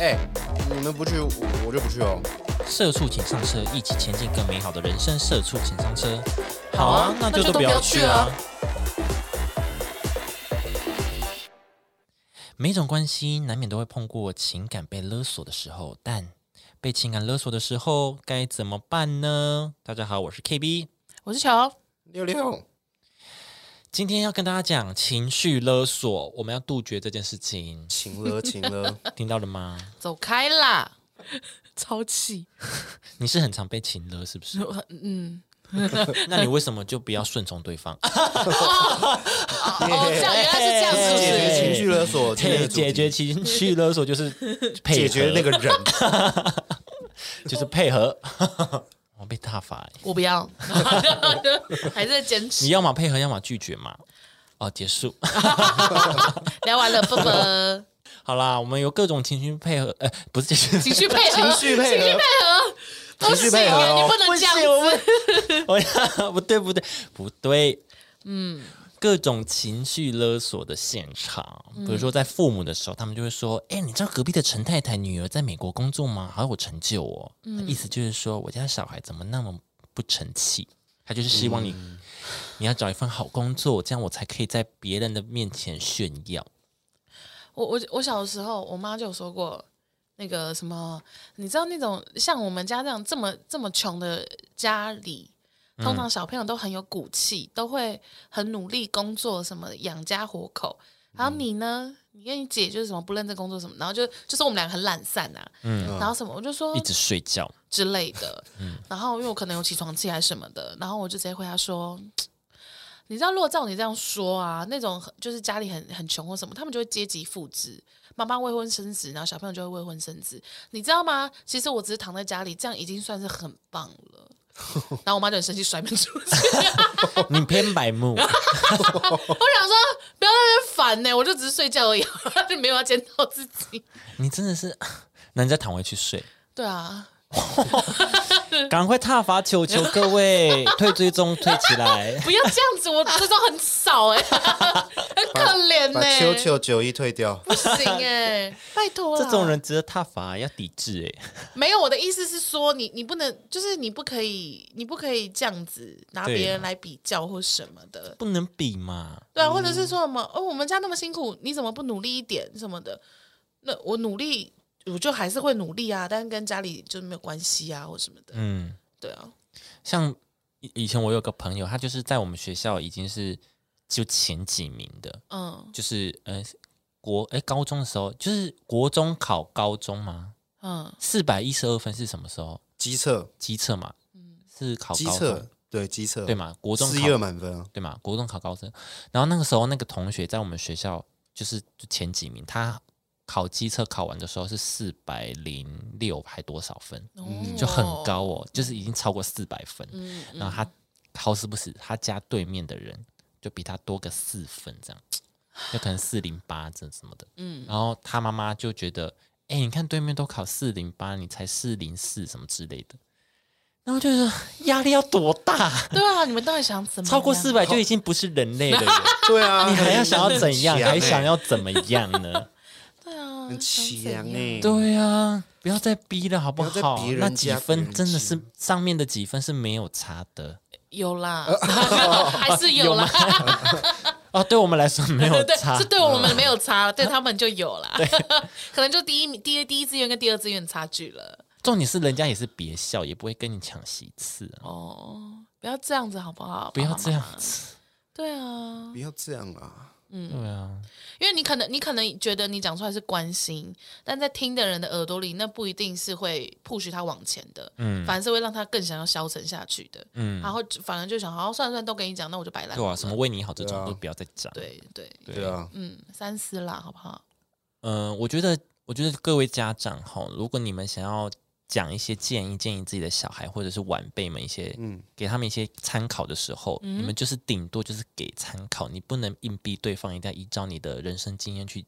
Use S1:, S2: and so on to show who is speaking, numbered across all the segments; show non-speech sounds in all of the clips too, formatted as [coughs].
S1: 哎，你们不去，我我就不去哦。
S2: 社畜请上车，一起前进更美好的人生。社畜请上车。
S3: 好啊那就都不要去啊。
S2: 每种关系难免都会碰过情感被勒索的时候，但被情感勒索的时候该怎么办呢？大家好，我是 KB，
S3: 我是乔，
S1: 六六，
S2: 今天要跟大家讲情绪勒索，我们要杜绝这件事情，
S1: 请了，请
S2: [laughs]
S1: 了，
S2: 听到了吗？
S3: 走开啦！超气，
S2: 你是很常被情勒是不是？
S3: 嗯，
S2: 那你为什么就不要顺从对方？
S3: 哦，这样原来是这样，是不
S1: 解决
S3: 是？
S1: 情绪勒索，今天的
S2: 解
S1: 主题
S2: 解决情绪勒索
S1: [laughs]
S2: 就是配
S1: 解
S2: 合
S1: 决那个
S2: [laughs]
S1: 人，
S2: 就是配合，
S1: [laughs]
S2: 我被大法欸、
S3: 我不要，还在坚
S2: 你
S3: 持。
S2: 要么配合，要么拒绝嘛。哦，结束。
S3: 聊完了，啵啵，
S2: 好啦，我们有各种情绪配合，呃，不是情绪，
S3: 情绪配合，情
S1: 绪配合
S3: 不
S1: 情绪
S3: 行
S1: 配合
S3: 啊，
S1: 哦
S3: 你不能这样子。
S2: 我要 [laughs] 不对不对不对，嗯，各种情绪勒索的现场，比如说在父母的时候，他们就会说：“哎、你知道隔壁的陈太太女儿在美国工作吗？好有成就哦。
S3: 嗯
S2: 意思就是说我家小孩怎么那么不成器？他就是希望你、
S3: 嗯
S2: 你要找一份好工作，这样我才可以在别人的面前炫耀。
S3: 我我我小的时候，我妈就有说过。那个什么，你知道那种像我们家这样这么这么穷的家里，通常小朋友都很有骨气，都会很努力工作，什么养家活口。然后你呢，你跟你姐就是什么不认真工作什么，然后就就说我们两个很懒散啊，然后什么我就说
S2: 一直睡觉，
S3: 之类
S1: [laughs]
S3: 的。
S1: 嗯
S3: 然后因为我可能有起床气还是什么的，然后我就直接回答说。你知道，如果照你这样说啊，那种很就是家里很很穷或什么，他们就会阶级复制，妈妈未婚生子，然后小朋友就会未婚生子，你知道吗？其实我只是躺在家里，这样已经算是很棒
S1: [laughs]
S3: 了。然后我妈就很生气，甩门出去。 [laughs]
S2: 你偏白目，
S3: 我想说，不要在那边烦呢、我就只是睡觉而已，就没有要检讨自己。
S2: 你真的是， [laughs] 那你再躺回去睡。
S3: 对啊，
S1: [laughs]
S2: 赶快踏伐，求求各位退追踪退起来。
S1: [laughs]
S3: 不要这样子，我这种很少哎、 [laughs] 很可怜欸呢、
S1: 把秋秋九一退掉。
S3: 不行哎、
S2: [laughs]
S3: 拜托啦
S2: 这种人值得踏伐，要抵制哎、
S3: 没有我的意思是说，你你不能，就是你不可以，你不可以这样子拿
S2: 对啊
S3: 别人来比较或什么的，
S2: 不能比嘛。
S3: 对啊，或者是说什么哦，我们家那么辛苦，你怎么不努力一点什么的？那我努力，我就还是会努力啊，但是跟家里就没有关系啊，或什么的，
S2: 嗯，
S3: 对啊，
S2: 像以以前我有个朋友，他就是在我们学校已经是就前几名的，
S3: 嗯
S2: 就是呃国哎高中的时候，就是国中考高中吗？
S3: 嗯，
S2: 四百一十二分是什么时候？
S1: 机测，
S2: 机测嘛，是考
S1: 机
S2: 高
S1: 测
S2: 中，
S1: 对机测，
S2: 对？嘛？国中
S1: 四
S2: 考
S1: 一二满
S2: [laughs]
S1: 分啊，
S2: 对嘛，国中考高中，然后那个时候那个同学在我们学校就是就前几名，他考机测考完的时候是四百零六还多少分，
S3: 哦
S2: 嗯就很高，哦，就是已经超过四百分。
S3: 嗯，嗯
S2: 然后他好死不死，他家对面的人就比他多个四分，这样就可能四零八这什么 [sighs] 的。
S3: 嗯
S2: 然后他妈妈就觉得，哎、你看对面都考四零八，你才四零四什么之类的。然后就是 [laughs] 压力要多大？
S3: 对啊，你们到底想怎么样？
S2: 超过四百就已经不是人类了耶，
S1: 对啊，
S2: 你还要想要怎样？
S1: 很强
S2: 还
S1: 欸
S2: 想要怎么样呢？
S3: 对啊，
S1: 很
S3: 想怎
S1: 强
S3: 样
S1: 哎，
S2: [laughs] 对啊，不要再逼了好不
S1: 不要再
S2: 好
S1: 逼？人家
S2: 那几
S1: 别
S2: 分
S1: 人
S2: 真的
S1: 气
S2: 是上面的几分是没有差的
S3: 有
S2: [laughs]
S3: 啦， [laughs] 还是有啦，
S2: 哦， [laughs] 对我们来说没有
S3: 对，
S2: 差嗯
S3: 是。对我们没有差了，对他们就有啦， [laughs] 可能就第一名第一第一志愿跟第二志愿差距了。
S2: 重点是人家也是别笑，也不会跟你抢席次啊，
S3: 哦，不要这样子好不好？
S2: 不要这样
S3: 爸爸妈妈。
S2: 子。
S3: 对啊
S1: 不，要这样啊，
S2: 对啊，
S3: 因为你可能你可能觉得你讲出来是关心，但在听的人的耳朵里，那不一定是会 push 他往前的，嗯，反而是会让他更想要消沉下去的，嗯，然后反而就想，好，算了算了，都给你讲，那我就摆烂
S2: 对啊，什么为你好这
S1: 对啊
S2: 种都不要再讲。
S3: 对对，
S1: 对啊，
S3: 嗯，三思啦，好不好？
S2: 嗯，我觉得，我觉得各位家长哈，如果你们想要讲一些建议，建议自己的小孩或者是晚辈们一些，嗯，给他们一些参考的时候，你
S3: 嗯
S2: 们就是顶多就是给参考，你不能硬逼对方一定要依照你的人生经验去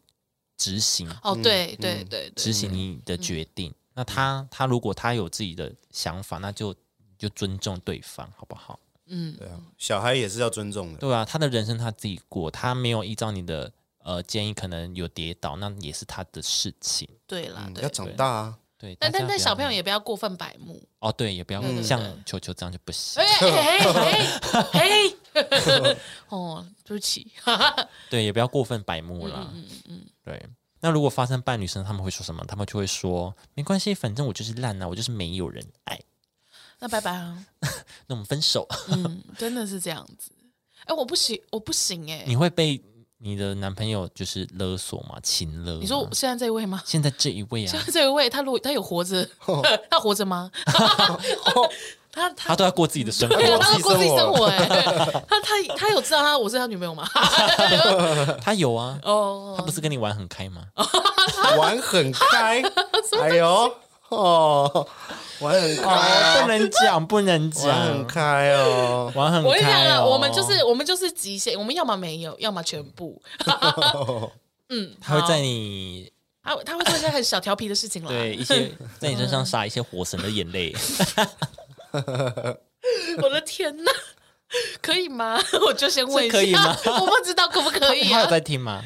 S2: 执行，
S3: 哦，对对对
S2: 嗯执
S3: 对，嗯
S2: 行你的决定。那他他如果他有自己的想法，那就就尊重对方，好不好？
S3: 嗯，
S1: 对啊，小孩也是要尊重的，
S2: 对啊，他的人生他自己过，他没有依照你的呃呃建议可能有跌倒，那也是他的事情。
S3: 对啦，
S1: 嗯
S3: 对
S1: 要。长大啊，
S2: 对，
S3: 但
S2: 大家
S3: 但但
S2: 不要
S3: 小朋友也不要过分白目。
S2: 哦，对，也不要像球球这样就不行 [laughs]
S3: 哎。哎哎哎哎！哦，对不起，
S2: 对，也不要过分白目啦。嗯嗯对。那如果发生伴侣身上，他们会说什么？他们就会说没关系，反正我就是烂啊，我就是没有人爱，
S3: 那拜拜啊。
S2: 那我们分手。
S3: 嗯，真的是这样子。哎，我不行，我不行哎。
S2: 你会被你的男朋友就是勒索吗？情勒吗？
S3: 你说我现在这一位吗？ [laughs]
S2: 现在这一位
S3: 现
S2: 啊，
S3: 在这一位，他如果他有活着， [laughs] 他活着吗？ [laughs] 他
S2: 他
S3: 他
S2: 都要过自己的生活。
S3: 对啊，他
S1: 自己
S3: 过自己
S1: 生
S3: 生
S1: 活
S3: 活哎。他他他有知道他我是他女朋友吗？
S2: 他有啊，他
S3: 哦，
S2: 不是跟你玩很开
S3: [laughs]
S2: 吗？
S1: 玩很开，哎呦哦，玩很开
S2: 不
S1: 哦，
S2: 能讲，不能
S1: 玩很
S2: 讲，
S1: 开
S2: [laughs]
S1: 哦，
S2: 玩很
S3: 我跟你讲
S2: 开
S3: 啊，
S2: 哦。
S3: 我们就是我们就是极限，我们要么没有，要么全部。嗯，
S2: 他会
S3: 好
S2: 在你
S3: 他他会做一些很小调皮的事情啦。
S2: 对一些在你身上洒一些火神的眼
S3: [laughs]
S2: 泪。
S3: 我的天哪，可以吗？ [laughs] 我就先问一下，
S2: 这可以吗
S3: [laughs] 我不知道可不可以
S2: 他有
S3: 啊。
S2: 在听吗？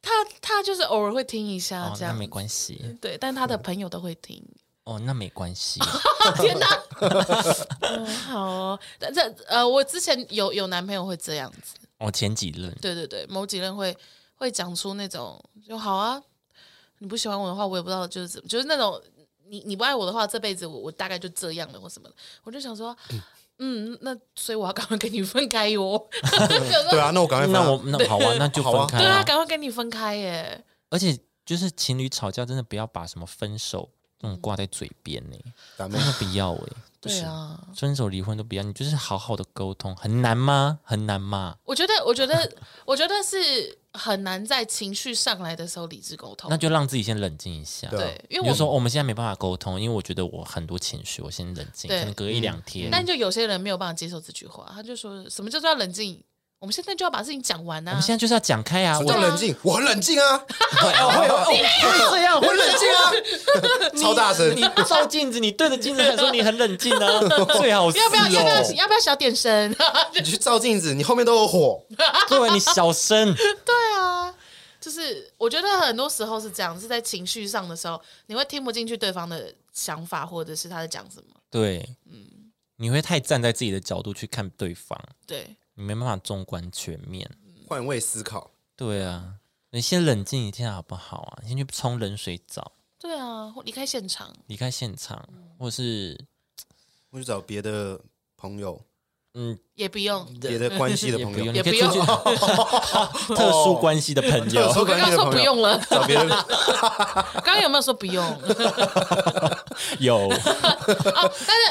S3: 他他就是偶尔会听一下
S2: 哦，
S3: 这
S2: 那
S3: 样，
S2: 没嗯关系，
S3: 对，但他的朋友都会
S2: [laughs]
S3: 听。
S2: 哦，那没关
S3: [laughs]
S2: 系。
S3: 天哪，嗯，好哦。但这呃，我之前有有男朋友会这样子，
S2: 我哦前几任
S3: 对对对，某几任会会讲出那种就好啊，你不喜欢我的话，我也不知道就是怎么，就是那种你你不爱我的话，这辈子我我大概就这样了或什么的，我就想说，嗯，那所以我要赶快跟你分
S2: [laughs]
S3: 开哟、
S1: 对 [laughs] 啊，那我赶快分
S2: 那
S1: 啊
S2: 我那好啊，那就
S1: 好啊
S2: 分开
S3: 对啊，
S2: 啊。
S3: 赶快跟你分开耶！
S2: 而且就是情侣吵架，真的不要把什么分手那种挂在嘴边呢，
S1: 咱们
S2: 真的不要哎。
S3: 对啊，
S2: 分手离婚都不要，你就是好好的沟通，很难吗？很难吗？
S3: 我觉得，我觉得， [laughs] 我觉得是很难在情绪上来的时候理智沟通
S2: 那。就让自己先冷静一下。
S1: 对
S3: 对，哦
S2: 你
S3: 因为
S2: 就
S3: 我
S2: 说、哦我们现在没办法沟通，因为我觉得我很多情绪，我先冷静，
S3: 对
S2: 可能隔一
S1: 嗯
S2: 两天。
S3: 但就有些人没有办法接受这句话，他就说什么叫做要冷静？我们现在就要把事情讲完
S2: 我
S3: 啊
S2: 们！
S3: [laughs]
S2: 现在就是要讲开啊！
S1: 我
S2: 我
S1: 叫冷静，我很冷静啊，我
S2: 这样，
S1: 很冷静啊，超大声
S2: 你，照镜子，你对着镜子还说你很冷静
S1: [laughs]
S2: 啊，最好是
S3: 要不要？要不要
S2: 哦？？
S3: 要不要小点声？
S1: 你去照镜子，你后面都有火，
S2: 对，啊你小声。
S3: 对啊，就是我觉得很多时候是这样，是在情绪上的时候，你会听不进去对方的想法，或者是他在讲什么。
S2: 对，
S3: 嗯
S2: 你会太站在自己的角度去看对方，
S3: 对，
S2: 你没办法纵观全面。
S1: 换位思考，
S2: 对啊，你先冷静一下好不好啊？你先去冲冷水澡，
S3: 对啊，或离开现场。
S2: 离开现场，
S3: 嗯
S2: 或是
S1: 我去找别的朋友，
S2: 嗯，
S3: 也不用，
S1: 别的关系的
S2: 也
S1: 朋
S2: 不用，
S1: 友，
S2: 你可以
S3: 也
S2: 出
S3: 不
S2: 去 [laughs] 特殊关系的朋
S3: [laughs]
S1: 特
S2: 友。
S1: 殊
S3: 我
S1: 关系
S3: 刚刚
S1: 的
S3: 说
S1: 朋
S3: 不
S1: 友，
S3: 用了，
S1: 找别的 [laughs]
S3: 刚刚有没有说不用？ [laughs]
S2: 有，
S3: 哦但 是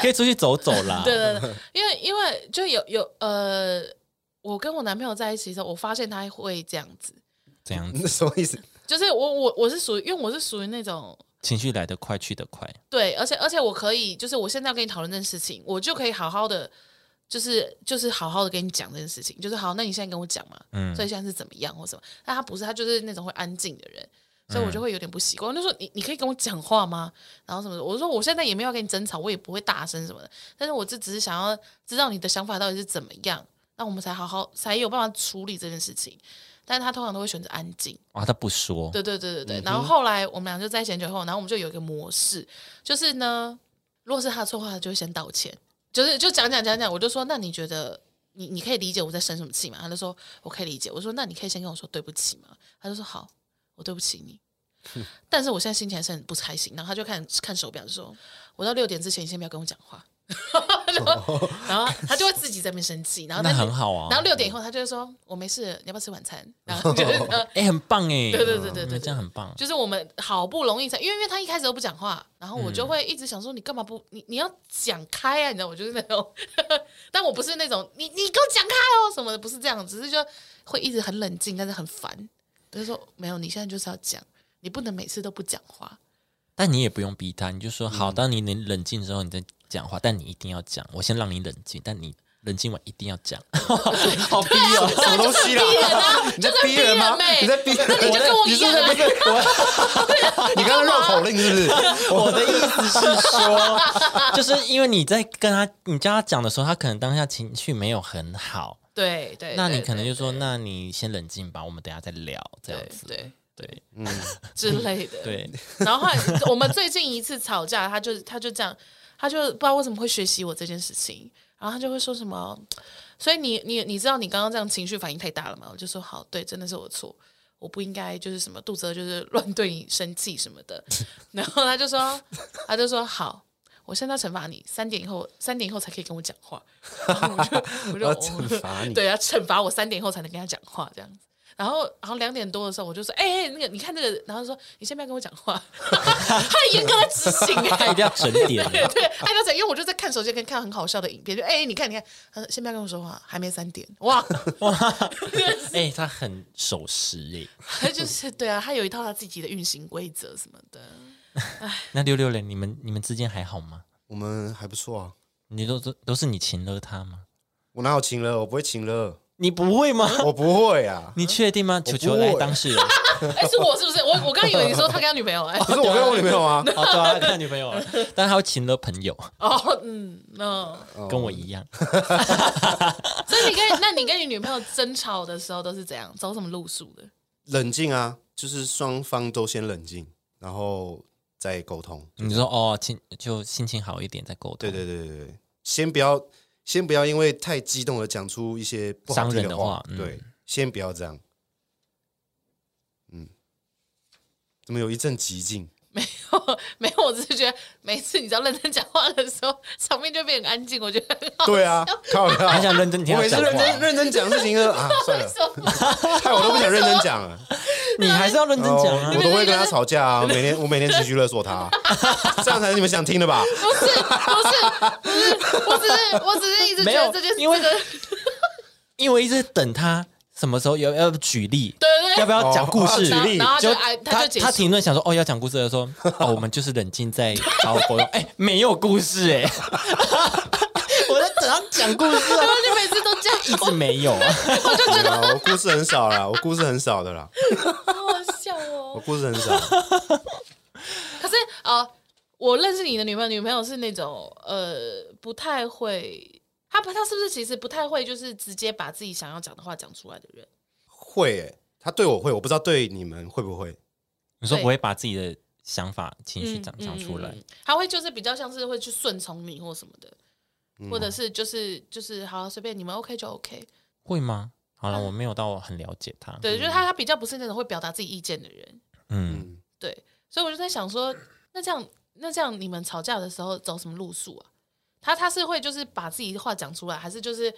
S2: [laughs] 可以出去走走啦。
S3: 对对对，因为因为就有有呃，我跟我男朋友在一起的时候，我发现他会这样子，
S2: 这样子
S1: 那什么意思？
S3: 就是我我我是属于，因为我是属于那种
S2: 情绪来得快，去得快。
S3: 对，而且而且我可以，就是我现在要跟你讨论这件事情，我就可以好好的，就是就是好好的跟你讲这件事情，就是好，那你现在跟我讲嘛，
S2: 嗯
S3: 所以现在是怎么样或什么？但他不是，他就是那种会安静的人，所以我就会有点不习惯。我就说你你可以跟我讲话吗？然后什么的，我就说我现在也没有要跟你争吵，我也不会大声什么的，但是我这只是想要知道你的想法到底是怎么样，那我们才好好才有办法处理这件事情。但是他通常都会选择安静。
S2: 啊，他不说，
S3: 对对对对
S2: 嗯
S3: 对。然后后来我们俩就在一起很久后，然后我们就有一个模式，就是呢，如果是他的错的话，他就会先道歉，就是就讲讲讲讲，我就说那你觉得你你可以理解我在生什么气吗？他就说我可以理解。我说那你可以先跟我说对不起吗？他就说好，我对不起
S2: [laughs]
S3: 你。但是我现在心情还是很不开心，然后他就看看手表，就说：“我到六点之前，你先不要跟我讲话。 [laughs] 然后”然后他就会自己在那边生气，然后
S2: 哦那
S3: 他就
S2: 很好啊
S3: 然后六点以后，他就会说：“我没事，你要不要吃晚餐？”然后就是呃
S2: 哎、很棒哎、
S3: 对对对对
S2: 嗯
S3: 对
S2: 这样很棒。
S3: 就是我们好不容易才，因为因为他一开始都不讲话，然后我
S1: 嗯
S3: 就会一直想说你干嘛不你你要讲开啊，你知道我就是那种， [laughs] 但我不是那种你你给我讲开哦什么的，不是这样，只是就会一直很冷静，但是很烦，就是说没有，你现在就是要讲，你不能每次都不讲话，
S2: 但你也不用逼他，你就说
S3: 嗯
S2: 好，当你能冷静之后，你再讲话。但你一定要讲，我先让你冷静，但你冷静完一定要讲。 [laughs] 好逼
S3: [laughs]
S2: 哦！
S1: 什么东西啊啦？
S3: 啊
S1: 你在逼人吗
S3: 就是逼人呗？
S1: 你在逼人？
S3: 那你就跟我
S1: 你
S3: 一
S1: 是不是
S3: 样啊
S1: 不是？我 [laughs] 你刚刚绕口令是不是？
S2: 我的意思是说，就是因为你在跟他，你叫他讲的时候，他可能当下情绪没有很好，
S3: 对对，
S2: 那你
S3: 对
S2: 可能
S3: 对
S2: 就说，那你先冷静吧，我们等一下再聊，这样
S3: 对
S2: 子，
S3: 对
S2: 对
S3: 之
S1: 嗯
S3: 类的。，
S2: 对，
S3: [laughs] 然后后来我们最近一次吵架，他就他就这样，他就不知道为什么会学习我这件事情，然后他就会说什么，所以你你你知道你刚刚这样情绪反应太大了吗？我就说好，对，真的是我的错，我不应该就是什么肚子饿就是乱对你生气什么的。 [laughs] 然后他就说，他就说好。我现在惩罚你，三点以后，三点以后才可以跟我讲话。 [laughs] 然后我就我
S1: [laughs]
S3: 就
S1: 我要惩罚你
S3: 对，要惩罚我三点以后才能跟他讲话这样子。然后，然后两点多的时候，我就说：“哎、哎那个，你看这个。”然后他说：“你先不要跟我讲话。” [laughs] 他严格的执
S2: [laughs]
S3: 行、
S2: 他
S3: 哎
S2: 一定要整点啊
S3: 对
S2: 的，
S3: 对，哎，要讲，因为我就在看手机，跟看很好笑的影片，就哎、你看，你看，他说：“先不要跟我说话，还没三点。”哇， [laughs]
S2: 哎，他很守时哎。
S3: 他就是对啊，他有一套他自己的运行规则什么的。
S2: 那六六嘞，你们你们之间还好吗？
S1: 我们还不错啊。
S2: 你都都都是你请了他吗？
S1: 我哪有情了？我不会情了，
S2: 你不会吗？
S1: 我不会啊。
S2: 你确定吗？球球来当事
S3: [laughs]
S2: 人，
S3: 哎、是我是不是？我我刚刚以为你说他跟他女朋友哎、
S1: 可是我跟我女朋友啊，
S2: 好对啊，看女朋友了，但他会请了朋友，
S3: 哦，嗯，哦，
S2: 跟我一样。
S3: 所以你跟那你跟你女朋友争吵的时候都是怎样，走什么路数的？
S1: 冷静啊，就是双方都先冷静，然后再沟通。
S2: 你说哦，亲就心情好一点再沟通。
S1: 对对对对对，先不要先不要因为太激动而讲出一些不好
S2: 伤人
S1: 听
S2: 的
S1: 话
S2: 话，嗯
S1: 对，先不要这样。嗯，怎么有一阵寂静？
S3: 没有，没有，我只是觉得每次你知道认真讲话的时候，场面就变很安静，我觉得很好。
S1: 对啊，靠呀！
S2: 很想认真听
S1: 我
S2: 他
S1: 每次
S2: 讲
S1: 认真
S2: 话，
S1: 认真讲事情就啊，算了，害我都不想认真讲了。
S2: 你还是要认真讲
S1: 哦
S2: 啊
S1: 我。都会跟他吵架啊，每天我每天情绪勒索他啊，这样才是你们想听的吧？
S3: 不是不是不是，我只是我只是一直觉
S2: 没有
S3: 得这件事，
S2: 因为
S3: 这个
S2: 因为我一直等他什么时候要要举例，
S3: 对对
S2: 要不
S3: 对，
S2: 要讲故事？
S1: 哦哦举例
S3: 然后然后他就哎他
S2: 他
S3: 就解
S2: 他
S3: 释，
S2: 停顿想说哦要讲故事的
S1: [laughs]
S2: 时候，哦我们就是冷静再好好沟通。哎，没有故事
S1: [laughs]
S2: 哎，我在等他讲故事啊，
S3: 你每次都这样，
S2: 一直没有啊。
S1: 对啊，我故事很少啦，我故事很少的啦，
S3: 好好笑
S1: 我
S3: 哦。
S1: 故事很少。 [laughs]
S3: 可是呃，我认识你的女朋友，女朋友是那种呃不太会，她不她是不是其实不太会，就是直接把自己想要讲的话讲出来的人。
S1: 会诶、他对我会，我不知道对你们会不会。
S2: 你说
S3: 对
S2: 不会把自己的想法、情绪
S3: 嗯
S2: 讲
S3: 嗯
S2: 讲出来
S3: 嗯，嗯他会就是比较像是会去顺从你或什么的，
S2: 嗯
S3: 或
S2: 哦
S3: 者是就是就是好随便你们 OK 就 OK，
S2: 会吗？好了，我没有到很了解他。
S3: 对，就是他他比较不是那种会表达自己意见的人，
S2: 嗯，
S1: 嗯，
S3: 对，所以我就在想说，那这样那这样你们吵架的时候走什么路数啊？他他是会就是把自己话讲出来，还是就是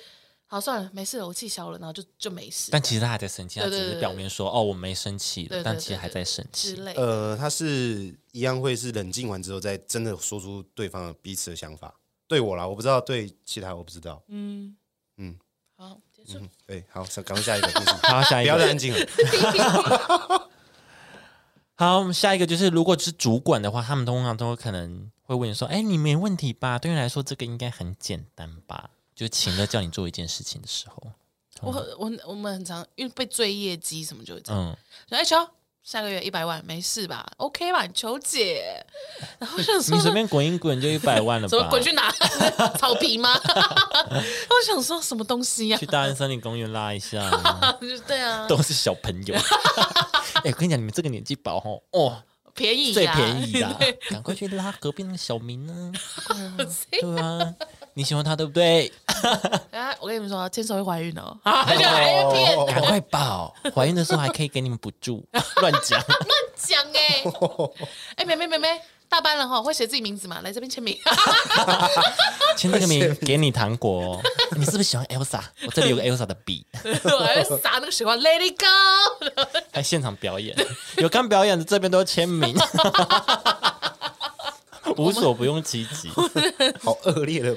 S3: 好算了没事了，我气消了，然后就就没事
S2: 但其实他还在生气，他
S3: 对
S2: 只
S3: 对
S2: 是
S3: 对
S2: 表面说哦我没生气
S3: 对
S2: 了，
S3: 对
S2: 但
S3: 对
S2: 其实还在生
S3: 之
S2: 气。
S3: 类的。
S1: 呃，他是一样会是冷静完之后，再真的说出对方的彼此的想法。对我啦，我不知道对其他我不知道。
S3: 嗯
S1: 嗯
S3: 好，结束。
S1: 嗯，对，好，想赶快下一个故事，
S3: [laughs]
S2: 好，下
S1: 不
S2: 一
S1: 要再
S2: 个
S1: 安。静了。
S2: 好，我们下一个就是，如果是主管的话，他们通常都可能会问你说：“哎，你没问题吧？”对你来说，这个应该很简单吧？就请了叫你做一件事情的时候，
S3: 我我我们很常因为被追业绩什么就会这样。 [laughs]
S2: 嗯，
S3: 说哎球，下个月一百万没事吧？OK 吧，球姐。然后我想
S2: 你随
S3: 说，
S2: 便滚一滚就一百万了
S3: 怎么
S2: 吧？
S3: 滚去哪？ [laughs] 草皮吗？ [laughs] 我想说什么东西呀、
S2: 去大安森林公园拉一下啊，
S3: [laughs] 啊？就对啊，
S2: 都是小朋友。 [laughs] 哎、我跟你讲，你们这个年纪薄哦，哦，
S3: 便宜
S2: 最
S3: 哎呀，
S2: 便宜啦
S3: [laughs] 对
S2: 赶快去拉隔壁那个小明
S3: [laughs]
S2: 呢、对啊，你喜欢他对不对？
S3: 啊，我跟你们说，牵手会怀孕哦，啊，就还在骗
S2: 赶快抱，怀孕的时候还可以给你们补
S3: [laughs]
S2: 助，乱讲。
S3: 讲
S2: [laughs]
S3: 哎、哎、妹妹妹妹，大班了哈，会写自己名字嘛？来这边签名， [laughs]
S2: 签这个名，给你糖果、哦。你是不是喜欢 Elsa？我这里有
S3: [laughs]
S2: 个 Elsa 的笔，
S3: 我还会撒那个雪花，Let it go。 [laughs]
S2: 还现场表演，有看表演的这边都签
S3: [laughs]
S2: 名，无所不用其极。
S1: 好恶劣的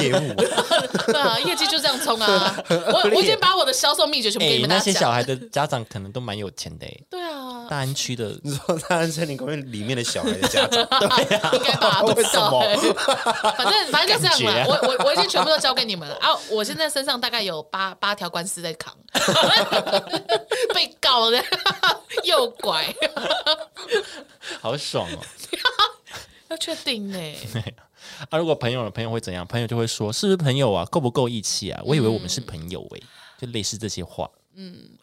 S1: 业务啊， [laughs]
S3: 对啊，业绩就这样冲啊！
S2: [laughs]
S3: 我我已经把我的销售秘诀全部
S2: 哎、
S3: 给你们
S2: 那
S3: 大
S2: 些
S3: 家
S2: 小
S3: 讲。
S2: 孩的家长可能都蛮有钱的、哎
S3: 对啊，
S2: 大安区的
S1: 你说大安森林公园里面的小孩的家长，
S3: 应
S2: [laughs]
S3: 该吧？不
S1: 为
S3: 知
S1: 什
S3: 道
S1: 么
S3: 欸、反正反正就这样
S2: 感
S3: 嘛。
S2: 觉啊
S3: 我我我已经全部都交给你们了啊！我现在身上大概有八八条官司在扛， [laughs] 被告的诱拐，
S2: 好爽哦！
S3: 要确定呢、嗯
S2: 啊，如果朋友的朋友会怎样？朋友就会说：“是不是朋友啊？够不够义气啊？我以为我们是朋友哎、就类似这些话。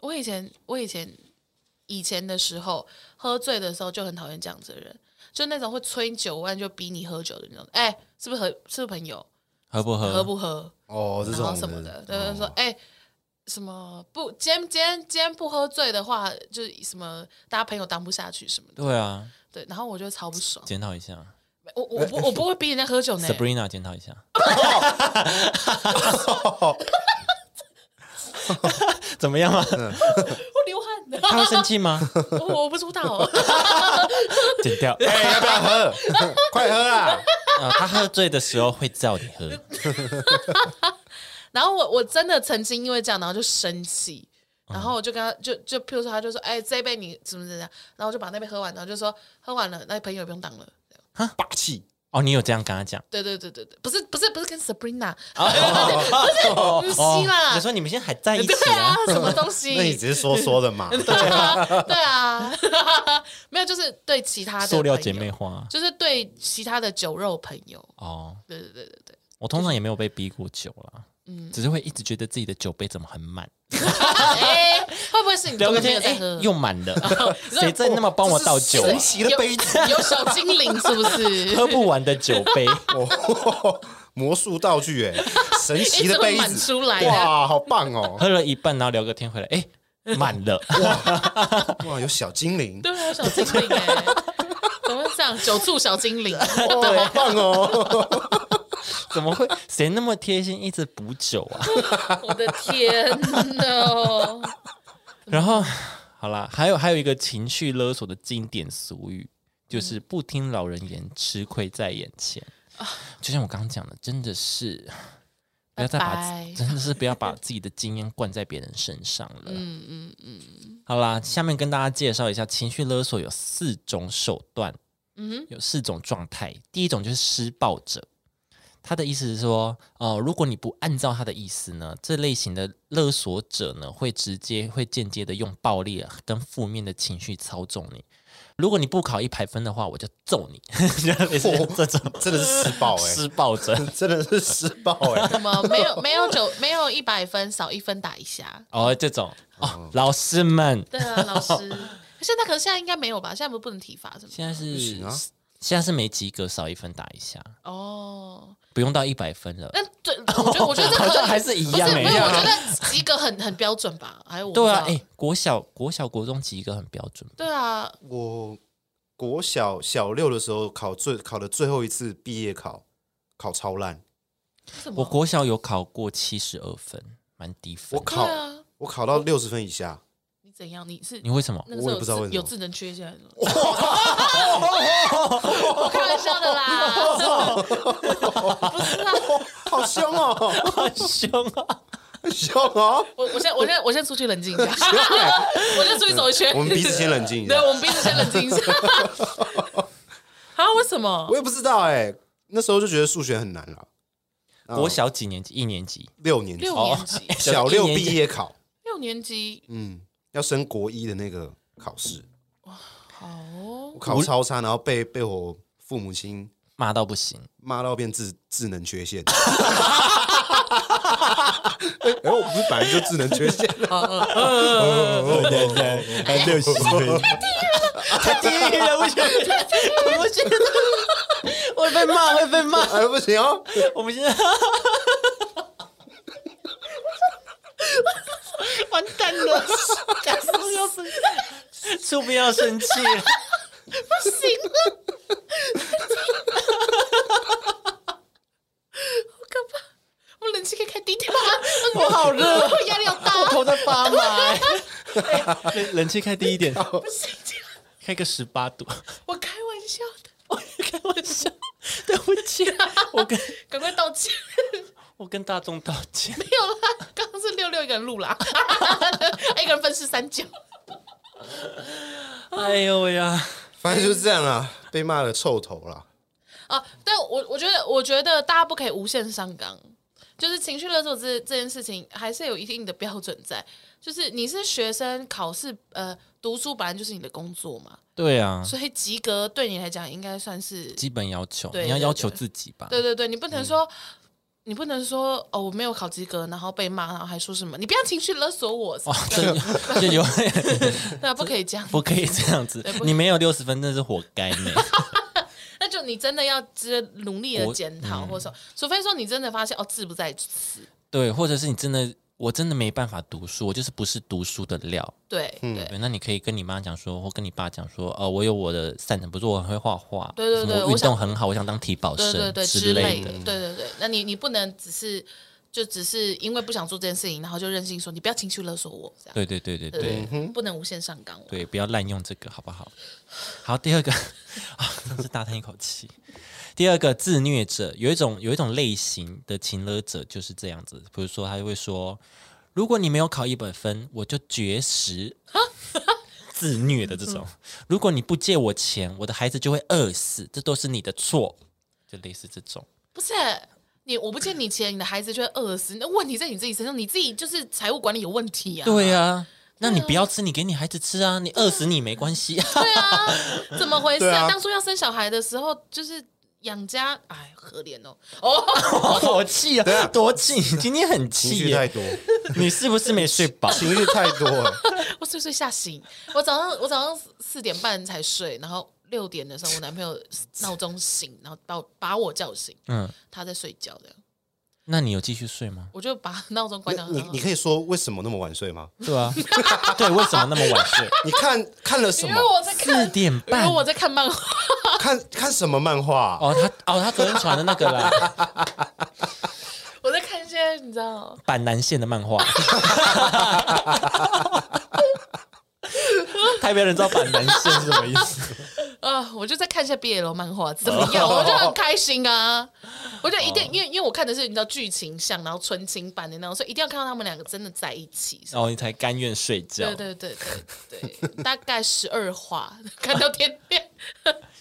S3: 我以前我以前以前的时候喝醉的时候就很讨厌这样子的人，就那种会催酒万就逼你喝酒的那种。哎、是不是和是不是朋友？
S2: 合不合？
S3: 喝不喝？
S1: 哦，这
S3: 然后
S1: 种哦
S3: 什么的，对，就说
S1: [laughs]
S3: 哎、什么不今天今天今天不喝醉的话，就是什么大家朋友当不下去什么的。
S2: 对啊，
S3: 对，然后我就超
S2: [laughs]
S3: 不爽。
S2: 检讨一下
S3: 我我不我不会逼人家喝酒呢。
S2: ，Sabrina 检讨一下。哦 [laughs] 怎么样啊？
S3: 我流汗 [laughs] 的，
S2: 他会生气吗？
S3: 我我不知道、哦。
S2: [laughs] 剪掉。
S1: 哎、要不要喝？ [laughs] 快喝啊啦！
S2: 呃，他喝醉的时候会叫你 [laughs] 喝，
S3: 然后我我真的曾经因为这样，然后就生气，
S2: 嗯
S3: 然后我就跟他就就譬如说，他就说，哎、这一杯你怎么怎么样，然后我就把那杯喝完，然后就说喝完了，那朋友也不用当了。
S1: [laughs] 霸气，
S2: 哦，你有这样跟他讲？
S3: 对对对对对，不是不是不是跟 Sabrina，
S2: 哦
S3: 不是啦
S2: 你说你们现在还在一起
S3: 对啊
S2: 啊？，
S3: 什么东
S2: [laughs]
S1: 那你
S3: 西？
S1: 只是说说的
S3: [laughs]
S1: 嘛？
S3: 对啊， [laughs] 对啊，没有，就是对其他的
S2: 塑料
S3: 朋
S2: 姐
S3: 友
S2: 妹，花
S3: 就是对其他的酒肉朋友，
S2: 哦，
S3: 对对对
S2: [laughs]
S3: 对对，
S2: 我通常也没有被逼过酒啦，嗯，只是会一直觉得自己的酒杯怎么很满，
S3: 哎、会不会是你
S2: 聊
S3: 中
S2: 个
S3: 间
S2: 天
S3: 有在
S2: 哎
S3: 喝？
S2: 又满了，
S3: 说
S2: [laughs] 谁在那么帮我倒酒啊
S1: 神？奇的杯
S2: [laughs]
S1: 子，
S3: 有小精灵是不是？
S2: 喝不完的酒杯，
S1: 哦，魔术道具
S3: [laughs]
S1: 哎，神奇的杯
S3: 一直会满
S1: 子，
S3: 出来的啊
S1: 哇，好棒
S3: [laughs]
S1: 哦！
S2: [laughs] 喝了一半，然后聊个天回来，哎，满了，
S1: 哇，有小精灵，
S3: 对啊，小精灵哎、怎么会这样？酒醋小精灵，
S1: 哇，好棒哦！
S2: 怎么
S3: [laughs]
S2: 会？谁那么贴心一直补酒啊？
S3: 我的天呐！
S2: 然后好啦，还有还有一个情绪勒索的经典俗语，
S3: 嗯
S2: 就是不听老人言，吃亏在眼前。就像我刚刚讲的，真的是不要再把
S3: 啊拜拜
S2: 真的是不要把自己的经验灌在别人身上了。嗯嗯嗯。好啦，下面跟大家介绍一下情绪勒索有四种手段，嗯，有四种状态。第一种就是施暴者，他的意思是说，呃，如果你不按照他的意思呢，这类型的勒索者呢，会直接会间接的用暴力跟负面的情绪操纵你。如果你不考一百分的话，我就揍你， [laughs] 就类似这种
S1: 真的是施暴哎，
S2: 施暴者。
S1: 真的是施暴哎！
S3: 怎么没有没有九没有一百分，少一分打一下？
S2: 哦，这种哦，老师们
S3: 对啊，老师， [laughs] 现在可是现在应该没有吧？现在不是不能体罚什么的？
S2: 现在是
S1: 行啊
S2: 现在是没及格，少一分打一下，
S3: 哦，
S2: 不用到一百分了。
S3: 那对，我觉得我觉得这
S2: [laughs] 好像
S3: 可以
S2: 还是一
S3: 不
S2: 样
S3: 是
S2: 欸
S3: 没有，我觉得及格很很标准吧？还有我不
S2: 对啊，
S3: 知道
S2: 哎、国小、国小、国中及格很标准，
S3: 对啊，
S1: 我国小小六的时候考最考的最后一次毕业考，考超烂，
S3: 为什么
S2: 我国小有考过七十二分，蛮低分
S1: 我
S2: 的。
S1: 考
S3: 对啊，
S1: 我考到六十分以
S3: [laughs]
S1: 下，
S3: 你怎样？你是
S2: 你为什 [laughs] 么？
S3: 那个时候
S1: 我也不知道为什
S3: 有
S1: 么
S3: 智有智能缺陷了。
S1: [laughs]
S3: 我开玩笑的啦， [laughs] 不是啦，
S1: 好凶哦，
S2: 很凶啊！
S1: 很凶哦！
S3: [laughs] 我我先我先我先出去冷
S1: [laughs]
S3: 静一下，我先出去走一圈。
S1: 我们彼此先冷静一
S3: 对，
S1: 下。
S3: 我们彼此先冷静
S1: [laughs]
S3: 一下。啊，为什么
S1: 我？也不知道哎、那时候就觉得数学很难了。
S2: [laughs] 国小几年级？一年级
S1: 六年级，
S3: 六年级，
S1: 小六
S2: 一年级
S1: 毕业考，
S3: 六年级， [laughs]
S1: 嗯，要升国一的那个考试，
S3: 好哦
S1: 我考超差，然后被被我父母亲
S2: 骂到不行，
S1: 骂到变智智能缺陷。 [laughs] 哎、哎我不是本来就智能缺陷，
S3: 嗯
S2: 六十分，太低了，我觉得， [laughs] 我觉得会被骂，会被骂。
S1: 哎，不行哦，
S2: 我们现在完蛋了，感受要生气，出不要生气。
S3: 不行 [laughs] 了，好可怕！我冷气可以开低调吗？
S2: [laughs] 我好热，
S3: 我压力好大，
S2: 我头在发麻。 [laughs] 冷哎冷气开低一点，
S3: 不行，这样
S2: 开个十八度。
S3: 我开玩笑的，
S2: 我开玩笑，对不起，我跟
S3: 赶快道歉。 [laughs]
S2: 我跟大众道歉。
S3: 没有啦，刚刚是六六一个人录啦， [laughs] 一个人分饰三角。
S2: 哎呦喂呀，
S1: 反正就是这样啦，被骂的臭头啦。
S3: 啊，但我我觉得，我觉得大家不可以无限上纲，就是情绪勒索这这件事情，还是有一定的标准在。就是你是学生，考试呃，读书本来就是你的工作嘛，
S2: 对啊，
S3: 所以及格对你来讲应该算是
S2: 基本要求，
S3: 对
S2: 你要
S3: 对
S2: 要求
S3: 对
S2: 自己吧。
S3: 对对对，你不能说、你不能说哦，我没有考及格，然后被骂，然后还说什么你不要情绪勒索我，
S2: 哦，这这有 [laughs]
S3: 那不可以这样。
S2: 不可以这样子
S3: 对不，可以
S2: 你没有六十分，那是活该呢。 [laughs]
S3: 那就你真的要只努力的
S2: 我嗯
S3: 检讨或什么，除非说你真的发现哦志不在此，
S2: 对，或者是你真的，我真的没办法读书，我就是不是读书的料。
S3: 对对
S2: 对，那你可以跟你妈讲说，或跟你爸讲说，呃，我有我的擅长，不是我很会画画，
S3: 对对对
S2: 什么
S3: 我
S2: 运
S3: 想
S2: 动很好，我想当体保
S3: 对对
S2: 生
S3: 对
S2: 之类
S3: 类
S2: 的嗯
S3: 对。对对。那你你不能只是就只是因为不想做这件事情，然后就任性说你不要情绪勒索我这样，
S2: 对对对对对
S3: 对对，不能无限上纲我。
S2: 对，不要滥用这个，好不好？好，第二个 [laughs] 啊，真是大叹一口气。第二个自虐者有一种有一种类型的情勒者就是这样子，比如说他就会说，如果你没有考一百分，我就绝食。自虐的这种，如果你不借我钱，我的孩子就会饿死，这都是你的错，就类似这种。
S3: 不是你，我不欠你钱，你的孩子就会饿死。那问题在你自己身上，你自己就是财务管理有问题啊。
S2: 对啊，那你不要吃，你给你孩子吃啊，你饿死你没关系啊。 [laughs]
S3: 对啊，怎么回事
S1: 对啊
S3: 当初要生小孩的时候，就是养家，哎，可怜哦。
S2: 好气啊，多气！你今天很
S1: 情
S2: 气
S1: 绪太
S2: 耶，
S1: 多，
S2: 你是不是没睡饱？
S1: 情绪太多了。
S3: 我睡睡吓醒，我早上我早上四点半才睡，然后六点的时候我男朋友闹钟醒，然后把我把我叫醒，
S2: 嗯，
S3: 他在睡觉的，
S2: 那你有继续睡吗？
S3: [laughs] 我就把闹钟关掉。
S1: 你你可以说为什么那么晚睡吗？
S2: 对啊，对，为什么那么晚睡？
S3: [laughs]
S1: 你看看了什
S3: 因
S1: 么
S3: 为？我在看，
S2: 四点
S3: 因为
S2: 半
S3: 我在看漫画，
S1: 看看什么漫画？啊
S2: 哦，他哦，他昨天传的那个啦，
S3: 我在看一些你知道，
S2: 板南线的漫画。台北人知道板南线是什么意思？
S3: 啊，我就在看一些 BL 漫画，怎么样？我就很开
S1: [laughs]
S3: 心啊！我就一
S1: 哦
S3: 定，因为因为我看的是你知道剧情像，然后纯情版的那种，所以一定要看到他们两个真的在一起。
S1: 哦
S2: 然后你才甘愿睡觉
S3: 对。对对对对，大概十二话， [laughs] 看到天亮。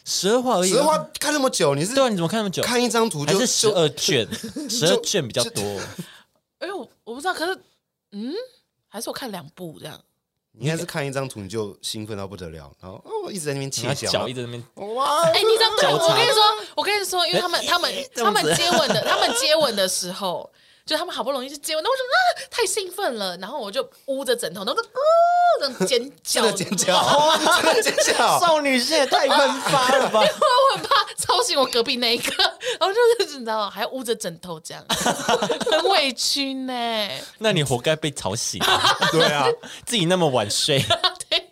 S2: 十二话而已
S1: 实
S2: 啊，
S1: 话看那么久，你是
S2: 对啊，你怎么看那么久？
S1: 看一张图
S2: 还
S1: 就是
S2: 十
S1: 就
S2: 二卷？十二卷比较多。
S3: 哎呦，我不知道，可是嗯，还是我看两部这样。
S1: 你应该是看一张图你就兴奋到不得了，然后哦一直在那边
S2: 你要
S1: 切
S2: 嗯脚
S1: 脚
S2: 一，直在那边
S1: 哇！
S3: 哎、你知道
S2: 交
S3: 吗？
S2: 叉
S3: 我跟你说，我跟你说，因为他们他们
S2: 这
S3: 他
S2: 样子
S3: 们接吻的，他们接吻的时候。就他们好不容易就接吻，那我就啊太兴奋了，然后我就捂着枕头，然后就啊这样尖
S1: 真
S3: 叫，
S1: 的尖
S3: [laughs]
S2: 哦
S1: 叫，真的 [laughs] 尖
S2: [laughs]
S1: 叫，
S2: 少女线也太喷发了吧！
S3: 我很怕吵醒我隔壁那一个，然后就是你知道，还捂着枕头这样， [laughs] 很委屈 [laughs] 呢。
S2: 那你活该被吵醒，
S1: 对啊，
S2: 自己那么晚睡。
S3: 对，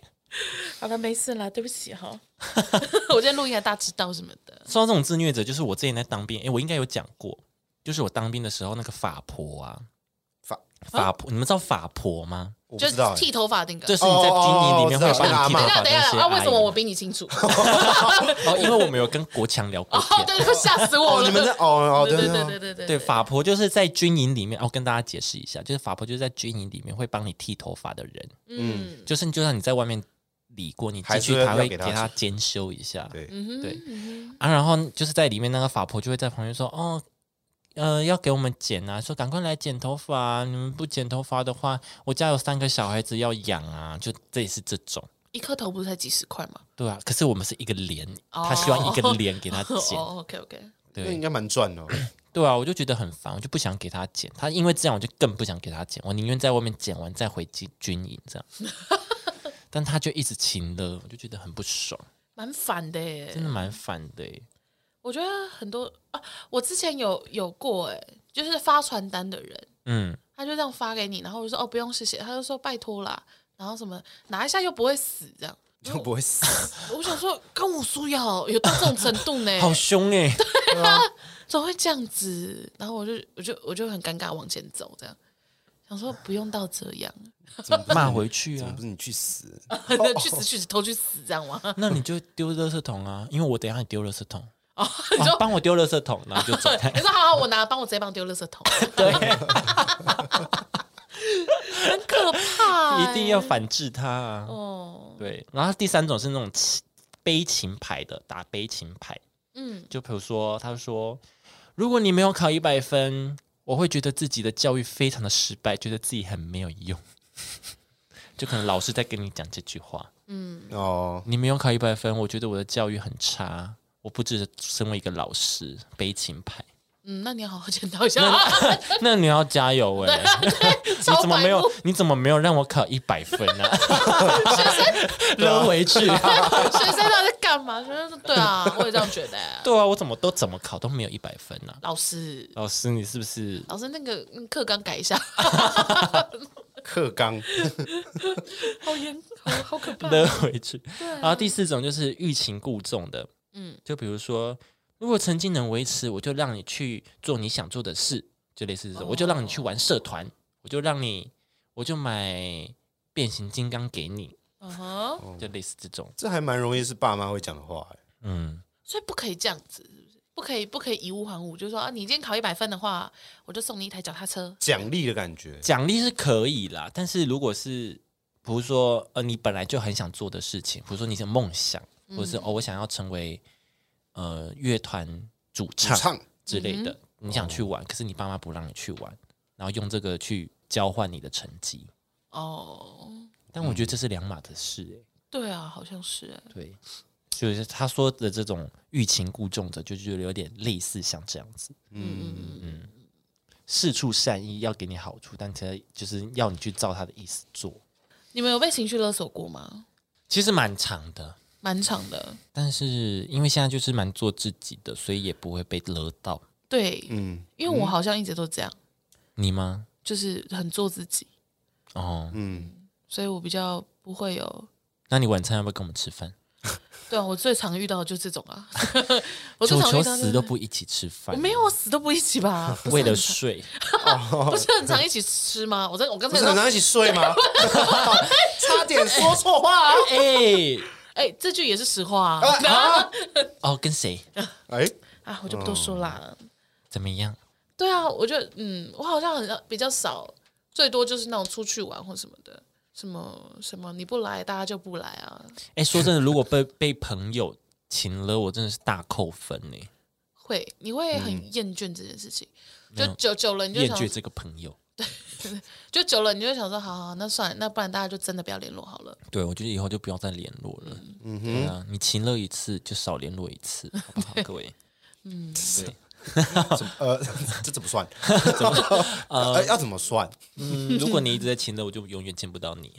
S3: 好了，没事啦，对不起哈、 [laughs] 我今天录音还大迟到什么的，
S2: 说到这种自虐者，就是我之前在当兵，诶，我应该有讲过，就是我当兵的时候那个法婆啊，
S1: 法
S2: 法婆，你们知道法婆吗？
S1: 我不
S3: 就
S1: 知道
S3: 是
S1: 欸，
S3: 剃头发那个。
S2: 就
S3: 等
S2: 是你在军营里面会帮你剃
S3: 一
S2: 头
S3: 下，
S2: 发
S3: 等一下，啊，
S2: 那
S3: 为
S2: 些
S3: 什么我比你清
S2: [laughs]
S3: 楚？哦，
S2: 哦，因为我们有跟国强聊过天。
S3: 对，吓死我
S1: 哦，
S3: 了！
S1: 你们在哦哦，
S3: 对
S1: 对
S3: 对
S1: 对对
S3: 对对，对对
S2: 对，法婆就是在军营里面，哦，跟大家解释一下，就是法婆就是在军营里面会帮你剃头发的人，
S3: 嗯，
S2: 就是就算你在外面理过，你进去
S1: 还是
S2: 他
S1: 要
S2: 会
S1: 给
S2: 给
S1: 他
S2: 他监修一下。
S1: 对
S3: 嗯
S2: 对
S3: 哼，
S2: 啊，然后就是在里面那个法婆就会在旁边说，哦，呃，要给我们剪啊，说赶快来剪头发、啊，你们不剪头发的话，我家有三个小孩子要养啊，就这是这种，
S3: 一颗头不是才几十块吗？
S2: 对啊。可是我们是一个连，
S3: 哦
S2: 他希望一个连给他剪，
S3: [laughs] 哦，OK OK，
S1: 那应
S2: 对
S1: 该蛮赚哦。
S2: 对啊，我就觉得很烦，我就不想给他剪，他因为这样我就更不想给他剪，我宁愿在外面剪完再回军军营
S3: [laughs]
S2: 这样。但他就一直勤了，我就觉得很不爽，
S3: 蛮烦的耶。
S2: 真的蛮烦的欸。
S3: 我觉得很多啊，我之前有有过哎、就是发传单的人，
S2: 嗯，，
S3: 他就这样发给你，然后我就说哦不用谢谢，他就说拜托啦，然后什么拿一下又不会死这样，
S1: 就不会死，
S3: 我想说跟我输呀，有到这种程度呢
S2: [laughs] 好凶哎、
S3: [laughs] 怎么会这样子？然后我就我就我就很尴尬往前走这样。想说不用到这
S2: [laughs]
S3: 样，
S2: 骂回去
S1: 怎
S2: 啊
S1: 么不！是你去死？
S3: 去死去死，头去死
S2: [laughs]
S3: 这样吗？
S2: 那你就丢垃圾桶啊，因为我等一下也丢垃圾桶，
S3: 哦，你
S2: 哇
S3: 说
S2: 帮我丢垃圾桶，然后就走开
S3: 你。说好好，我拿，帮我直接帮我丢垃圾桶，
S2: 对， [laughs]
S3: 很可怕、
S2: 一定要反制他啊！
S3: 哦，
S2: 对，然后第三种是那种情悲情牌的，打悲情牌，
S3: 嗯，
S2: 就比如说，他说，如果你没有考一百分，我会觉得自己的教育非常的失败，觉得自己很没有用。 [laughs] 就可能老师在跟你讲这句话，
S1: 哦，
S2: 你没有考一百分，我觉得我的教育很差，我不值得身为一个老师，悲情牌。
S3: 嗯，那你要好好检讨一下。 [laughs]
S2: 那你要加油哎、你
S3: 啊超
S2: 怎么
S3: 白
S2: 没有
S3: 目？
S2: 你怎么没有让我考一百分啊呢、
S3: 学生，
S2: 扔回去。
S3: [laughs] 学生到底在干嘛？学生说对啊，我也这样觉得、
S2: [laughs] 对啊，我怎么都怎么考都没有一百分呢、
S3: 老师，
S2: 老师，你是不是
S3: 老师，那个嗯课纲改一下， [laughs]
S1: 克刚， [laughs]
S3: 好严，好好可
S2: [laughs]
S3: 怕。
S2: 扔回去？
S3: 啊
S2: 然后第四种就是欲擒故纵的，
S3: 嗯，
S2: 就比如说，如果成绩能维持，我就让你去做你想做的事，就类似
S3: 哦
S2: 这种，我就让你去玩社团，我就让你，我就买变形金刚给你，
S3: 嗯哼，
S2: 就类似这种，
S1: 这还蛮容易是爸妈会讲的话、欸。
S2: 嗯，
S3: 所以不可以这样子，是不是？不可以，不可以以物还物，就是说啊，你今天考一百分的话，我就送你一台脚踏车。
S1: 奖励的感觉，
S2: 奖励是可以啦，但是如果是比如说呃，你本来就很想做的事情，比如说你的梦想，或者是、哦，我想要成为呃乐团主
S1: 主
S2: 唱嗯哦
S1: 唱
S2: 之类的，你想去玩，可是你爸妈不让你去玩，然后用这个去交换你的成绩，
S3: 哦，
S2: 但我觉得这是两码子事、欸，
S3: 对啊，好像是欸。
S2: 嗯对。就是他说的这种欲擒故纵者，就觉得有点类似像这样子，
S3: 嗯嗯嗯，
S2: 事出善意要给你好处，但他就是要你去照他的意思做，
S3: 你们有被情绪勒索过吗？
S2: 其实蛮长的。
S3: 蛮长的，
S2: 但是因为现在就是蛮做自己的，所以也不会被勒到。
S3: 对，
S1: 嗯
S3: 因为我好像一直都这样，
S2: 你吗？
S3: 就是很做自己，
S2: 哦，
S1: 嗯，
S3: 所以我比较不会有。
S2: 那你晚餐要不要跟我们吃饭？
S3: 对啊，我最常遇到的就这种啊， [laughs] 我最
S2: 求
S3: 常遇
S2: 求
S3: 到就是
S2: 死都不一起吃饭，
S3: 我没有，我死都不一起吧？不是
S2: 为了
S3: 很常
S2: 睡，
S3: [laughs] 不是很常一起吃吗？我在我刚
S1: 不
S3: 才
S1: 是
S3: 说
S1: 很，常一起睡吗？ [laughs] 差点说错
S2: [laughs]
S1: 话、啊。
S2: 哎，
S3: 哎、这句也是实话啊，
S1: 啊！
S2: 哦，跟谁？
S1: 哎，
S3: [laughs] 啊我就不多说啦。
S2: 怎么样？
S3: 对啊，我就嗯，我好像很比较少，最多就是那种出去玩或什么的，什么什么你不来，大家就不来啊，
S2: 哎，说真的，如果被被朋友请了，我真的是大扣分呢。
S3: 会你会很厌倦这件事情，就
S2: 嗯
S3: 久久了你就
S2: 厌
S3: 想
S2: 倦这个朋友，
S3: 就久了，你就会想说，好好，那算了，那不然大家就真的不要联络好了。
S2: 对我觉得以后就不要再联络了。嗯对啊，你请了一次就少联络一次，好不
S3: [laughs]
S2: 好，各位？嗯，对。
S1: 呃， [laughs] 这怎么算？ [laughs] 呃，要怎么算？
S2: 嗯，如果你一直在请了，我就永远见不到你。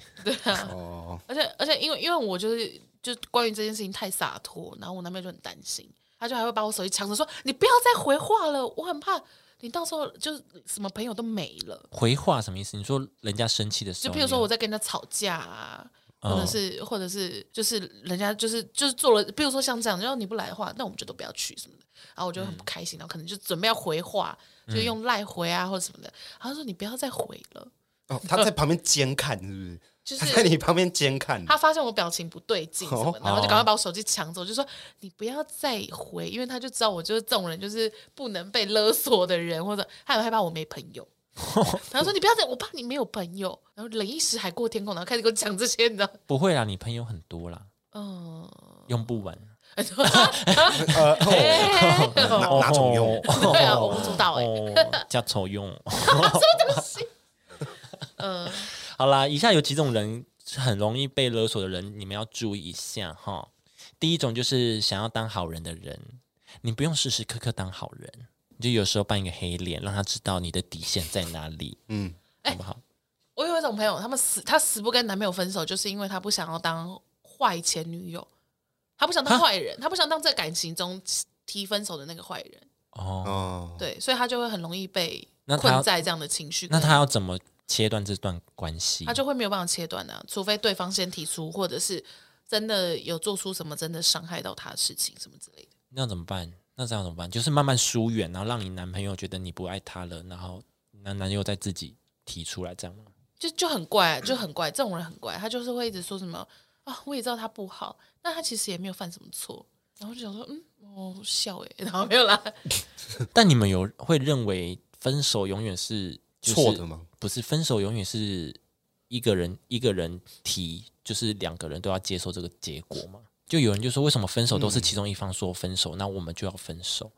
S1: 哦，
S3: 而且而且，因为因为我就是就关于这件事情太洒脱，然后我男朋友就很担心，他就还会把我手机抢着说，你不要再回话了，我很怕你到时候就是什么朋友都没了。
S2: 回话什么意思？你说人家生气的时
S3: 就
S2: 候，
S3: 譬如说
S2: 你
S3: 我在跟人家吵架啊，
S2: 嗯
S3: 或者是、或者是就是人家就是就是做了，比如说像这样，然后你不来的话，那我们就都不要去什么的。然后我就很不开心，然后可能就准备要回话，就用赖回啊或者什么的。然后他说你不要再回了，
S1: 哦，他在旁边监看，是不是？
S3: 就
S1: 他
S3: 是
S1: 在你旁边监看，
S3: 他发现我表情不对劲什么的，
S1: 哦
S3: 然后就赶快把我手机抢走，就说你不要再回，因为他就知道我就是这种人，就是不能被勒索的人，或者他很害怕我没朋友。然后说你不要再，我怕你没有朋友。然后忍一时海阔天空，然后开始给我讲这些，你知道？
S2: 不会啦，你朋友很多啦，
S3: 嗯，
S1: 哦
S2: 用不完。
S3: [laughs]
S1: 呃，哦
S3: 哎
S1: 哪哪种用？
S3: 对啊，我不
S1: [laughs]
S3: 知道哎、
S2: 哦，加丑用。
S3: 嗯，
S2: 好啦，以下有几种人是很容易被勒索的人，你们要注意一下哈。第一种就是想要当好人的人，你不用时时刻刻当好人，你就有时候扮一个黑脸，让他知道你的底线在哪里，
S1: 嗯，
S2: 好不好？
S3: 我有一种朋友，他们死他死不跟男朋友分手，就是因为他不想要当坏前女友，他不想当坏
S2: [laughs]
S3: 人，他不想当在感情中提分手的那个坏人。
S2: 哦，
S1: 哦，
S3: 对，所以他就会很容易被
S2: 那他
S3: 困在这样的情绪。
S2: 那他要怎么切断这段关系？
S3: 他就会没有办法切断啊，除非对方先提出，或者是真的有做出什么真的伤害到他的事情什么之类的。
S2: 那要怎么办？那这样怎么办？就是慢慢疏远，然后让你男朋友觉得你不爱他了，然后男男友再自己提出来，这样吗？
S1: [laughs]
S3: 就就很怪，啊
S2: 嗯
S3: 就很怪，这种人很怪，他就是会一直说什么啊，我也知道他不好，那他其实也没有犯什么错，然后就想说，嗯，我笑诶、 [laughs] 然后没有啦，
S2: 但你们有会认为分手永远是、就是
S1: 错的吗？
S2: 不是，分手永远是一个人一个人提，就是两个人都要接受这个结果吗？就有人就说，为什么分手
S1: 嗯
S2: 都是其中一方说分手，那我们就要分手？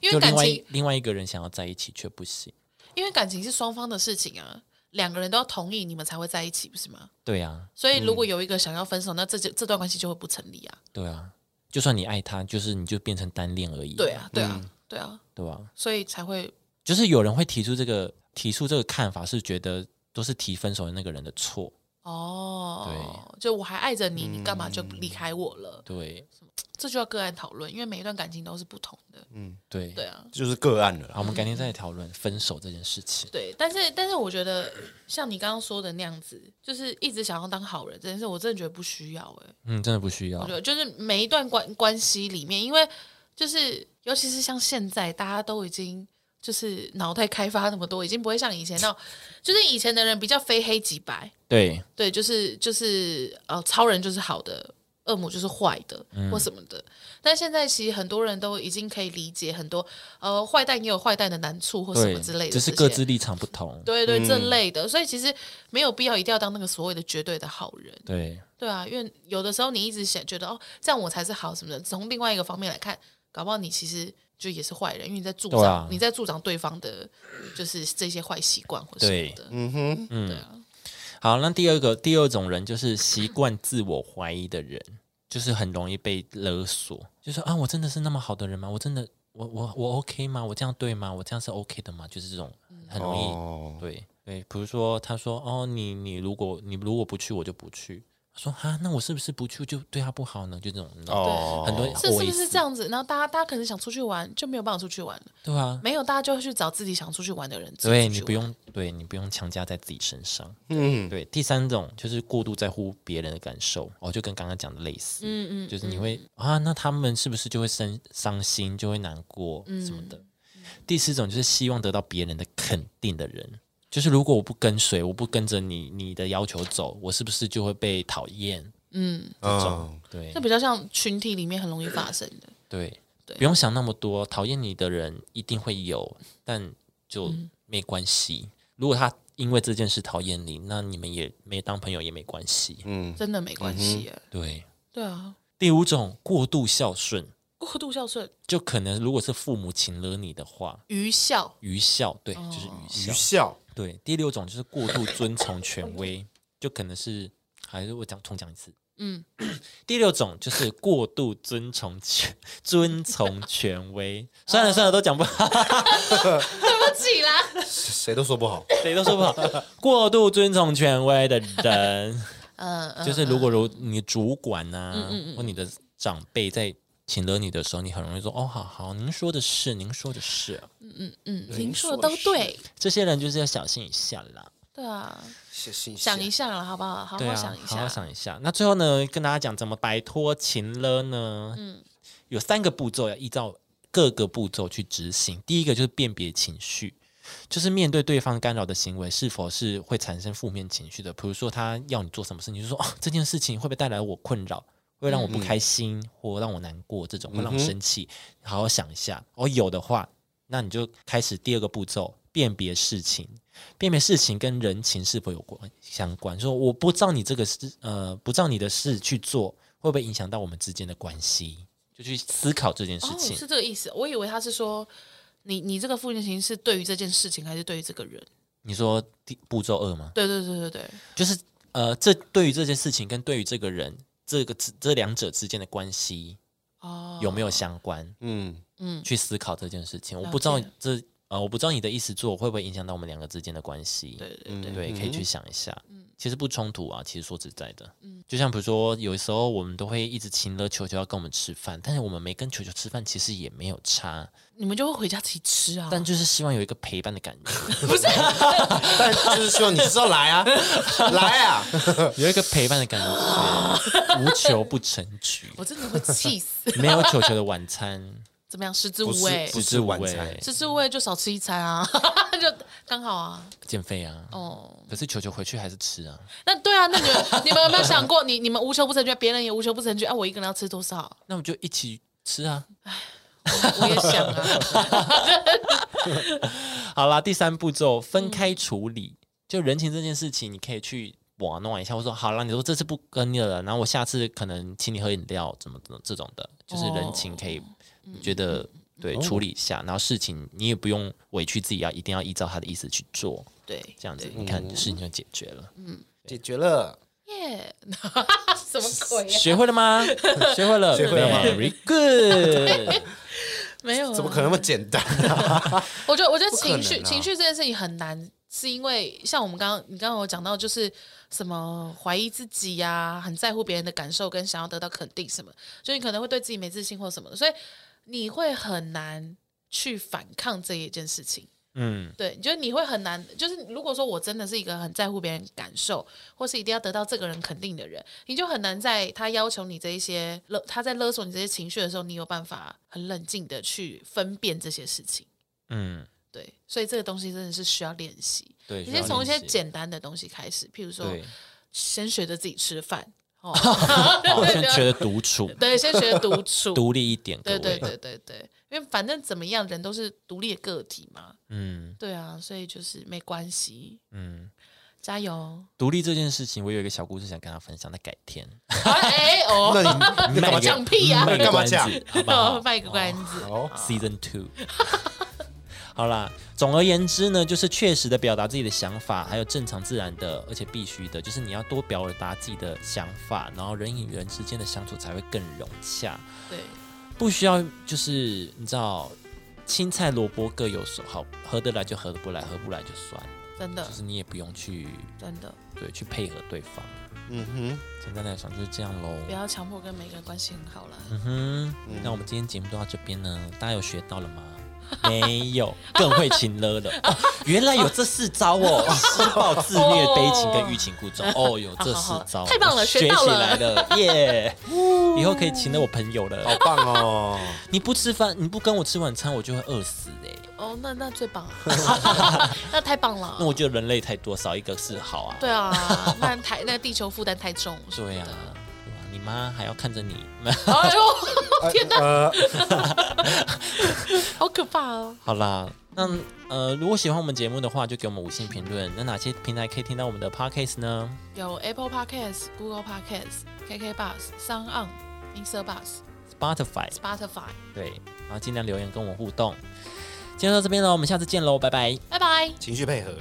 S3: 因
S2: 就另
S3: 为感
S2: 外
S3: 情
S2: 一，另外一个人想要在一起却不行，
S3: 因为感情是双方的事情啊，两个人都要同意，你们才会在一起，不是吗？
S2: 对啊，
S3: 所以如果有一个想要分手，那这这段关系就会不成立啊。
S2: 对啊，就算你爱他，就是你就变成单恋而已、
S3: 对啊，对啊，对啊，
S2: 对吧、
S3: 所以才会
S2: 就是有人会提出这个提出这个看法，是觉得都是提分手的那个人的错。
S3: 哦，就我还爱着你，你干嘛就
S2: 嗯
S3: 离开我了？
S2: 对
S3: 这就要个案讨论，因为每一段感情都是不同的。
S2: 嗯对
S3: 对嗯啊，
S1: 就是个案了啦。
S2: 好，我们改天再来讨论分手这件事情。
S3: 对，但是但是我觉得像你刚刚说的那样子，就是一直想要当好人这件事，我真的觉得不需要哎、
S2: 嗯，真的不需
S3: 我
S2: 要
S3: 觉。得就是每一段关关系里面，因为就是尤其是像现在，大家都已经就是脑袋开发那么多，已经不会像以前那种，就是以前的人比较非黑即白，
S2: 对，
S3: 对，就是就是呃，超人就是好的，恶魔就是坏的、
S2: 嗯
S3: 或什么的。但现在其实很多人都已经可以理解很多，呃，坏蛋也有坏蛋的难处或什么
S2: 对
S3: 之类的，，
S2: 只是各自。立场不同。
S3: 对对，这类的，所以其实没有必要一定要当那个所谓的绝对的好人，
S2: 对
S3: 对啊，因为有的时候你一直想觉得哦，这样我才是好什么的，从另外一个方面来看，搞不好你其实就也是坏人，因为你在助长、
S2: 对啊
S3: 你在助长对方的，就是这些坏习惯或什么的，
S1: 嗯哼，
S3: 啊
S2: 好，那第二个第二种人就是习惯自我怀疑的人，就是很容易被勒索，就说啊，我真的是那么好的人吗？我真的我我我 OK 吗？我这样对吗？我这样是 OK 的吗？就是这种很容易、
S1: 哦，
S2: 对对，比如说他说哦，你你如果你如果不去，我就不去。他说哈，那我是不是不去就对他不好呢？就这种你知道
S1: 哦，
S2: 很多
S3: 是是不
S2: 我也
S3: 是这样子？然后大家大家可能想出去玩，就没有办法出去玩了。
S2: 对啊，
S3: 没有，大家就会去找自己想出去玩的人。自己
S2: 对
S3: 出去
S2: 你
S3: 玩
S2: 不，用对你不用强加在自己身上。
S1: 嗯，
S2: 对，第三种就是过度在乎别人的感受，哦，就跟刚刚讲的类似，
S3: 嗯嗯，
S2: 就是你会啊，那他们是不是就会生伤心，就会难过
S3: 嗯
S2: 什么的？第四种就是希望得到别人的肯定的人，就是如果我不跟随，我不跟着你你的要求走，我是不是就会被讨厌？
S1: 嗯，
S2: 对
S3: 这比较像群体里面很容易发生的。
S2: 对
S3: 对
S2: 不用想那么多，讨厌你的人一定会有，但就没关系。如果他因为这件事讨厌你，那你们也没当朋友也没关系。
S1: 嗯，
S3: 真的没关系耶、
S2: 对，
S3: 对啊，
S2: 第五种过度孝顺，
S3: 过度孝顺、
S2: 就可能如果是父母请了你的话，
S3: 愚孝，
S2: 愚孝，对，
S3: 哦
S2: 就是愚孝。
S1: 愚孝，
S2: 对，第六种就是过度遵从权威，就可能是还是我讲重讲一次。
S3: 嗯，
S2: [coughs] 第六种就是过度遵从权遵从权威，
S3: 哦
S2: 算了算了，都讲不好，
S3: 对不起啦。
S1: 谁都说不好。
S2: 谁都说不
S3: [laughs]
S2: 好。过度遵从权威的人，
S3: 嗯嗯，
S2: 就是如果如你主管呐、或你的长辈在请了你的时候，你很容易说哦，好好，您说的是，您说的是。
S3: 嗯，您说的都对。
S2: 这些人就是要小心一下啦。
S3: 对啊，
S1: 谢谢
S3: 想一下了，好不好？好
S2: 对啊，
S3: 想一
S2: 好
S3: 下。
S2: 好想一下。那最后呢，跟大家讲怎么摆脱情了呢？嗯，有三个步骤要依照各个步骤去执行。第一个就是辨别情绪，就是面对对方干扰的行为是否是会产生负面情绪的。比如说他要你做什么事，你就说哦，这件事情会不会带来我困扰？会让我
S3: 嗯
S2: 不开心，或让我难过，这种会让我生气。好好想一下，哦，有的话，那你就开始第二个步骤，辨别事情。辨别事情跟人情是否有关相关。说我不照你这个事，呃，不照你的事去做，会不会影响到我们之间的关系？就去思考这件事
S3: 哦，
S2: 情。
S3: 是这个意思。我以为他是说，你你这个负面情绪是对于这件事情，还是对于这个人？
S2: 你说第步骤二吗？
S3: 对对对对对，
S2: 就是呃，这对于这件事情跟对于这个人，这个之这两者之间的关系
S3: 哦，
S2: 有没有相关？
S1: 嗯，
S2: 去思考这件事情。我
S3: 了
S2: 不知道
S3: 解
S2: 这呃，我不知道你的意思做会不会影响到我们两个之间的关系。
S3: 对
S1: 嗯
S3: 对嗯对，
S2: 对，可以去想一下。其实不冲突啊。其实说实在的，
S3: 嗯
S2: 就像比如说，有时候我们都会一直请了球球要跟我们吃饭，但是我们没跟球球吃饭，其实也没有差，
S3: 你们就会回家自己吃啊。
S2: [laughs] 但就是希望有一个陪伴的感
S1: [laughs]
S2: 觉，
S1: 但就是希望你知道来 [laughs] 啊，来啊，
S2: 有一个陪伴的感觉，无球不成局，
S3: 我真的会气死。 [laughs]
S2: 没有球球的晚餐，
S3: 怎么样？食之
S1: 不
S3: 无
S1: 是
S3: 味，
S1: 不是晚餐
S2: 喂，
S3: 食之无味就少吃一餐啊， [laughs] 就刚好啊。
S2: 减肥啊。
S3: 哦，
S2: 可是球球回去还是吃啊，
S3: 那对啊，那你们你们有没有想过，你你们无求不成句，别人也无求不成句啊？我一个人要吃多少？ [laughs]
S2: 那我们就一起吃啊。
S3: 我也想啊。
S2: 好啦，第三步骤分
S3: 嗯
S2: 开处理，就人情这件事情，你可以去玩弄一下，或者说好了，你说这次不跟你了，然后我下次可能请你喝饮料，怎么怎么这种的，就是人情可以你觉
S3: 嗯
S2: 得、对处理一下，然后事情你也不用委屈自己要一定要依照他的意思去做，
S3: 对，
S2: 这样子你看事情就解决了。
S3: 嗯
S1: 解决了。
S3: 耶， [laughs] 什么鬼啊？ [laughs]
S2: 学会了吗？学会了，
S1: 学会了吗
S2: Very good。
S3: 没有、啊，
S1: 怎么可能那么简单啊？
S3: 我觉得，我觉得情
S1: 不可
S3: 绪、
S1: 能啊
S3: 情绪这件事情很难，是因为像我们刚刚你刚刚有讲到，就是什么怀疑自己呀、很在乎别人的感受，跟想要得到肯定什么，就你可能会对自己没自信或什么的，所以你会很难去反抗这一件事情。
S2: 嗯，
S3: 对，就是你会很难，就是如果说我真的是一个很在乎别人感受，或是一定要得到这个人肯定的人，你就很难在他要求你这一些勒，他在勒索你这些情绪的时候，你有办法很冷静的去分辨这些事情。
S2: 嗯，
S3: 对，所以这个东西真的是需要练习。
S2: 对需
S3: 你
S2: 要
S3: 先从一些
S2: 练习
S3: 简单的东西开始，譬如说，
S2: 对，
S3: 先学着自己吃饭，
S2: [laughs]
S3: 哦，
S2: 好，
S3: 对
S2: 先学着
S3: 对
S2: 独处，
S3: 对，先学着独处，
S2: 独立一点，各
S3: 对
S2: 位，
S3: 对对对对，因为反正怎么样，人都是独立的个体嘛，
S2: 嗯
S3: 对啊，所以就是没关系，
S2: 嗯，[laughs]
S3: 加油！
S2: 独立这件事情，我有一个小故事想跟他分享，在改天，
S3: 哎
S1: 那 [laughs]
S3: 哦，[laughs]
S1: 你你干嘛
S2: 卖
S1: 讲？
S3: 讲屁呀
S2: 卖
S3: [laughs]
S2: 个
S1: 干嘛
S2: 关子，
S1: 讲
S2: 好不好？
S3: 卖个关子，
S1: 哦，[laughs]
S2: Season Two。好啦，总而言之呢，就是确实的表达自己的想法，还有正常自然的，而且必须的，就是你要多表达自己的想法，然后人与人之间的相处才会更融洽，
S3: 对，
S2: 不需要就是你知道，青菜萝卜各有所好，合得来就合得不来，合不来就算，
S3: 真的
S2: 就是你也不用去
S3: 真的，
S2: 对去配合对方。
S1: 嗯哼，
S2: 简单来讲就是这样喽。
S3: 不要强迫跟每个人关系很好啦。
S2: 嗯哼，那我们今天节目就到这边呢，大家有学到了吗？ [laughs] 没有，更会情勒了、哦原来有这四招
S3: [laughs]
S2: 哦，施暴、自虐、悲情跟欲擒故纵。哦，有这四招，
S3: 好好好太棒了
S2: 我学
S3: 学到
S2: 起
S3: 了
S2: 来了，
S3: [laughs]
S2: 耶！以后可以请了我朋友了
S1: 好。棒哦！
S2: 你不吃饭，你不跟我吃晚餐，我就会饿死哎、
S3: 哦，那那最
S2: [laughs]
S3: 棒，那太棒了
S2: 那。我觉得人类太多，少一个是好啊。
S3: 啊对啊，那太那地球负担太重。
S2: 对呀、啊，对啊你妈还要看着你。
S3: [laughs]
S2: [laughs]
S3: 哎呦，
S1: 天呃，
S3: [laughs] 好可怕哦！
S2: 好啦，那呃，如果喜欢我们节目的话，就给我们五星评论。那哪些平台可以听到我们的 podcast 呢？
S3: 有 Apple Podcast、Google Podcast、KK Bus、Sound On、Mixer Bus、
S2: Spotify，
S3: Spotify。
S2: 对，然后尽量留言跟我互动。今天就到这边了，我们下次见喽，拜拜。
S3: 拜拜。
S1: 情绪配合。